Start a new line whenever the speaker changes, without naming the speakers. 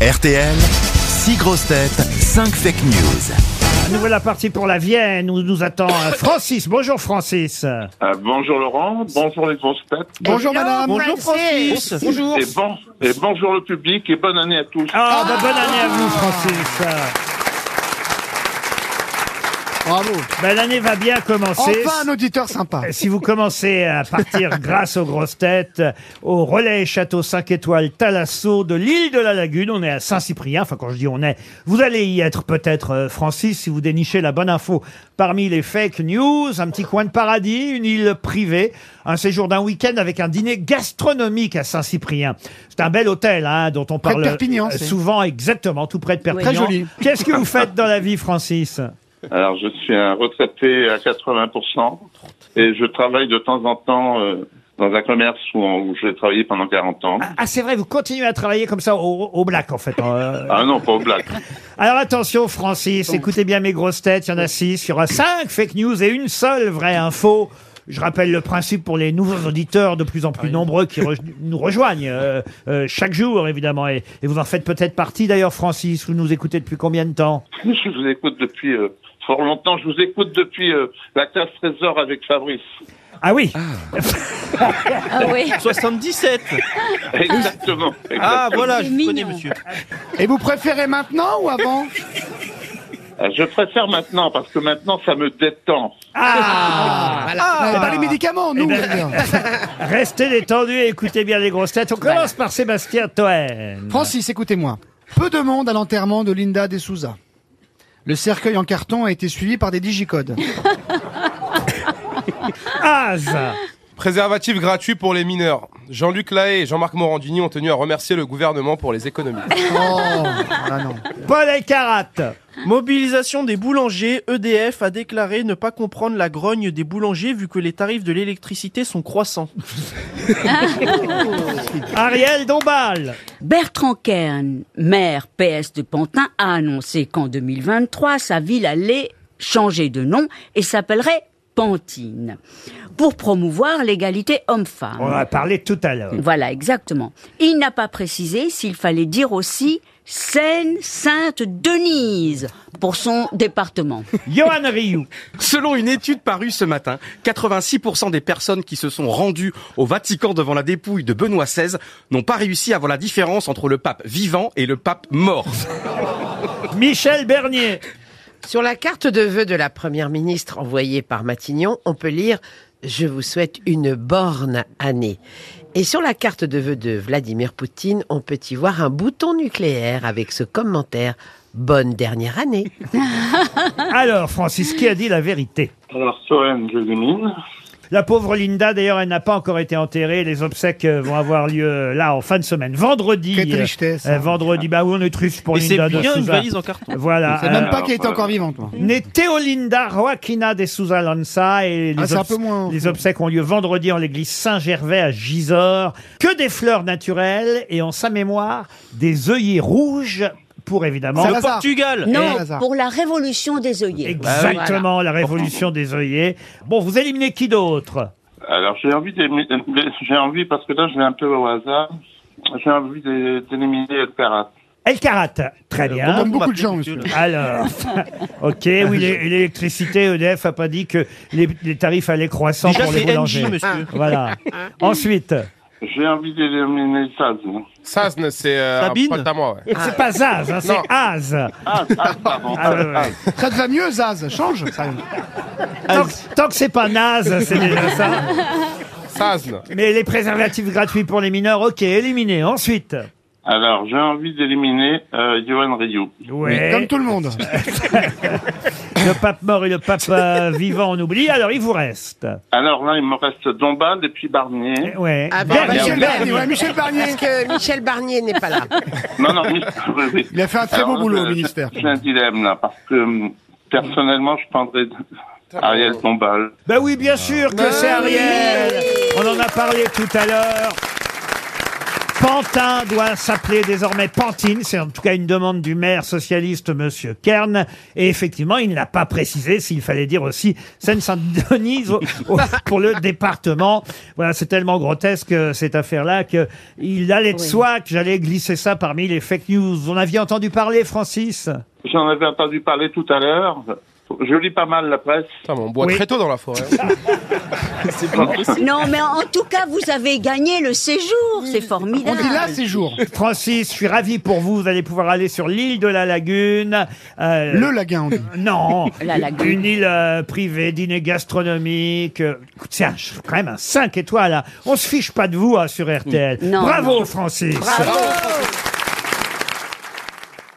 RTL, 6 grosses têtes, 5 fake news.
Nous voilà partis pour la Vienne où nous attend euh, Francis. Bonjour Francis.
Euh, bonjour Laurent, bonjour les grosses têtes.
Bonjour madame. Bonjour Francis. Bonjour.
Et, bon, et bonjour le public et bonne année à tous.
Ah, bah, bonne année à vous Francis.
Bravo.
Bah, L'année va bien commencer.
Enfin un auditeur sympa.
Si vous commencez à partir grâce aux grosses têtes, au relais Château 5 étoiles Talasso de l'île de la Lagune, on est à Saint-Cyprien, enfin quand je dis on est, vous allez y être peut-être euh, Francis si vous dénichez la bonne info parmi les fake news, un petit coin de paradis, une île privée, un séjour d'un week-end avec un dîner gastronomique à Saint-Cyprien. C'est un bel hôtel hein, dont on
Près de
parle
Perpignan,
euh,
c'est.
souvent, exactement, tout près de Perpignan.
joli.
Qu'est-ce que vous faites dans la vie Francis
Alors je suis un retraité à 80% et je travaille de temps en temps euh, dans un commerce où, où j'ai travaillé pendant 40 ans.
Ah, c'est vrai, vous continuez à travailler comme ça au, au black, en fait. hein.
Ah non, pas au black.
Alors attention, Francis, écoutez bien mes grosses têtes, il y en a six, il y aura cinq fake news et une seule vraie info. Je rappelle le principe pour les nouveaux auditeurs de plus en plus nombreux qui re- nous rejoignent euh, euh, chaque jour, évidemment. Et, et vous en faites peut-être partie d'ailleurs, Francis, vous nous écoutez depuis combien de temps
Je vous écoute depuis euh, fort longtemps. Je vous écoute depuis euh, la classe Trésor avec Fabrice.
Ah oui
Ah oui.
77
Exactement. exactement.
Ah voilà, je
C'est
vous connais
mignon.
monsieur.
Et vous préférez maintenant ou avant
Euh, Je préfère maintenant parce que maintenant ça me détend.
Ah,
Ah, Dans les médicaments, nous.
ben-
on veut dire.
Restez détendus et écoutez bien les grosses têtes. On commence par Sébastien Toen.
Francis, écoutez-moi. Peu de monde à l'enterrement de Linda de Souza. Le cercueil en carton a été suivi par des digicodes.
Az
Préservatif gratuit pour les mineurs. Jean-Luc Lahaye et Jean-Marc Morandini ont tenu à remercier le gouvernement pour les économies.
Oh, ah non.
Paul Elkarat
Mobilisation des boulangers, EDF a déclaré ne pas comprendre la grogne des boulangers vu que les tarifs de l'électricité sont croissants.
Ariel Dombal
Bertrand Kern, maire PS de Pantin, a annoncé qu'en 2023, sa ville allait changer de nom et s'appellerait Pantine pour promouvoir l'égalité
On en
homme-femme.
a parlé tout à l'heure.
Voilà, exactement. Il n'a pas précisé s'il fallait dire aussi Seine-Sainte-Denise pour son département.
Johan Rioux
Selon une étude parue ce matin, 86% des personnes qui se sont rendues au Vatican devant la dépouille de Benoît XVI n'ont pas réussi à voir la différence entre le pape vivant et le pape mort.
Michel Bernier.
Sur la carte de vœux de la première ministre envoyée par Matignon, on peut lire Je vous souhaite une borne année. Et sur la carte de vœux de Vladimir Poutine, on peut y voir un bouton nucléaire avec ce commentaire Bonne dernière année.
Alors, Francis, qui a dit la vérité
Alors Soren, je l'élimine.
La pauvre Linda, d'ailleurs, elle n'a pas encore été enterrée. Les obsèques euh, vont avoir lieu là en fin de semaine, vendredi.
Quelle tristesse,
Euh,
hein.
vendredi, bah oui, on est triste pour
Et c'est
Linda de
bien une
Souza.
valise en carton.
Voilà.
C'est
euh,
même pas qu'elle était encore vivante, moi.
Née Théolinda Joaquina de Souza Lanza et les,
Ah, c'est un
obs-
peu moins.
les obsèques ont lieu vendredi en l'église Saint-Gervais à Gisors. Que des fleurs naturelles et en sa mémoire des œillets rouges pour évidemment
Ça
Le
va, ça.
Portugal
Non,
hasard.
pour la révolution des œillets.
exactement la révolution des œillets. Bon, vous éliminez qui d'autre
Alors j'ai envie d'émi- d'é- j'ai envie parce que là je vais un peu au hasard. J'ai envie d'é- d'éliminer El Karat.
El Karat, très bien.
On
Hein
donne beaucoup
On
de gens,
m'appelle
monsieur.
Alors, ok, oui, l'é- l'électricité, EDF a pas dit que les, les tarifs allaient croissant
Déjà
pour les
c'est
boulangers.
NJ monsieur.
Voilà. Ensuite,
J'ai envie d'éliminer Saz.
Ça, c'est euh, un
Sabine
pote à moi. ouais.
c'est pas Zaz, hein, c'est
Non.
Az.
Ah, ah, pardon.
Ah, ouais, ouais.
Ça te va mieux, Zaz Change. ça.
Tant, que- tant que c'est pas Naz, c'est déjà ça.
Sazn.
Mais les préservatifs gratuits pour les mineurs, ok, éliminés. Ensuite,
Alors j'ai envie d'éliminer euh, Johan Rioux.
Comme
ouais,
tout le monde. Ah,
le pape mort et le pape euh, vivant, on oublie. Alors, il vous reste.
Alors là il me reste Dombal et puis Barnier.
Ouais.
Ah,
Dernier,
bah,
Michel
dernier.
Barnier. ouais, Michel Barnier.
Parce que Michel Barnier n'est pas là.
Non non. oui, oui, oui.
Il a fait un très
Alors,
beau
là,
boulot
je-
au ministère.
J'ai un dilemme là parce que hum, personnellement je prendrais Ariel Dombal.
Ben oui, bien sûr que c'est Ariel. On en a parlé tout à l'heure. Pantin doit s'appeler désormais Pantine. C'est en tout cas une demande du maire socialiste, monsieur Kern. Et effectivement, il n'a pas précisé s'il fallait dire aussi Seine-Saint-Denis au- au- pour le département. Voilà, c'est tellement grotesque, euh, cette affaire-là, que il allait de soi que j'allais glisser ça parmi les fake news. Vous en aviez entendu parler, Francis?
J'en avais entendu parler tout à l'heure. Je lis pas mal la presse.
on boit
Oui.
très tôt dans la forêt. hein. C'est pas possible.
Non, mais en tout cas, vous avez gagné le séjour. C'est formidable.
jours. Francis, je suis ravi pour vous. Vous allez pouvoir aller sur l'île de la Lagune. euh,
Le laguin, on dit.
Non.
La Lagune.
Une île euh, privée, dîner gastronomique. euh, écoute, C'est un- quand même un 5 étoiles. hein. On se fiche pas de vous hein, sur RTL.
Non,
Bravo,
non.
Francis.
Bravo.